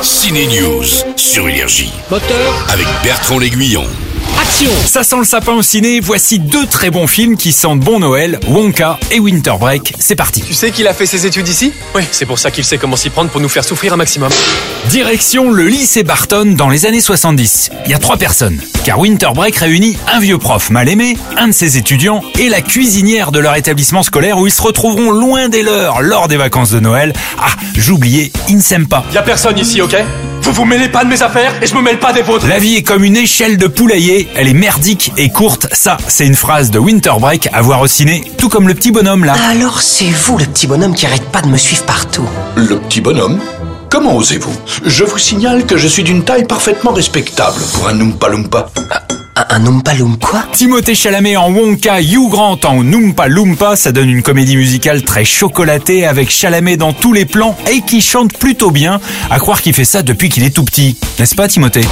Ciné News sur Énergie Moteur, avec Bertrand L'Aiguillon. action Ça sent le sapin au ciné, voici deux très bons films qui sentent bon Noël, Wonka et Winter Break, c'est parti. Tu sais qu'il a fait ses études ici Oui, c'est pour ça qu'il sait comment s'y prendre pour nous faire souffrir un maximum. Direction le lycée Barton dans les années 70. Il y a trois personnes, car Winter Break réunit un vieux prof mal aimé, un de ses étudiants et la cuisinière de leur établissement scolaire où ils se retrouveront loin des leurs lors des vacances de Noël. Ah, j'oubliais, Insempa. Y a personne ici, ok Vous vous mêlez pas de mes affaires et je me mêle pas des vôtres. La vie est comme une échelle de poulailler, elle est merdique et courte, ça c'est une phrase de Winter Break à voir au ciné, tout comme le petit bonhomme là. Alors c'est vous le petit bonhomme qui arrête pas de me suivre partout. Le petit bonhomme Comment osez-vous Je vous signale que je suis d'une taille parfaitement respectable pour un Oompa Loompa. Un, un Oompa Loompa quoi Timothée Chalamet en Wonka, Hugh Grant en Noompa Loompa, ça donne une comédie musicale très chocolatée avec Chalamet dans tous les plans et qui chante plutôt bien, à croire qu'il fait ça depuis qu'il est tout petit. N'est-ce pas Timothée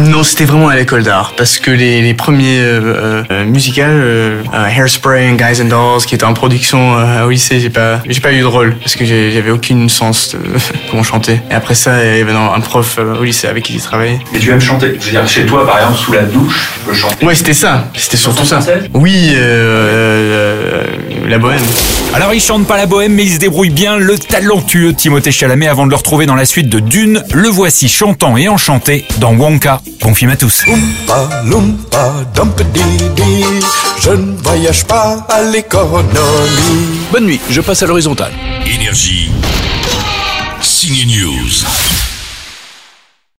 Non, c'était vraiment à l'école d'art, parce que les, les premiers euh, euh, musicales, euh, euh, Hairspray, and Guys and Dolls, qui étaient en production euh, au lycée, j'ai pas, j'ai pas eu de rôle, parce que j'ai- j'avais aucune sens de comment chanter. Et après ça, il y avait un prof euh, au lycée avec qui j'ai travaillé. Mais tu aimes chanter. C'est-à-dire chez toi, par exemple, sous la douche, tu peux chanter. Ouais, c'était ça, c'était surtout ça. Chanson française Oui, euh, euh, la bohème. Alors il chante pas la bohème mais il se débrouille bien, le talentueux Timothée Chalamet avant de le retrouver dans la suite de Dune, le voici chantant et enchanté dans Wonka. Bon film à tous. Oompa Loompa Dumpty Je ne voyage pas à l'économie Énergie. Ciné News.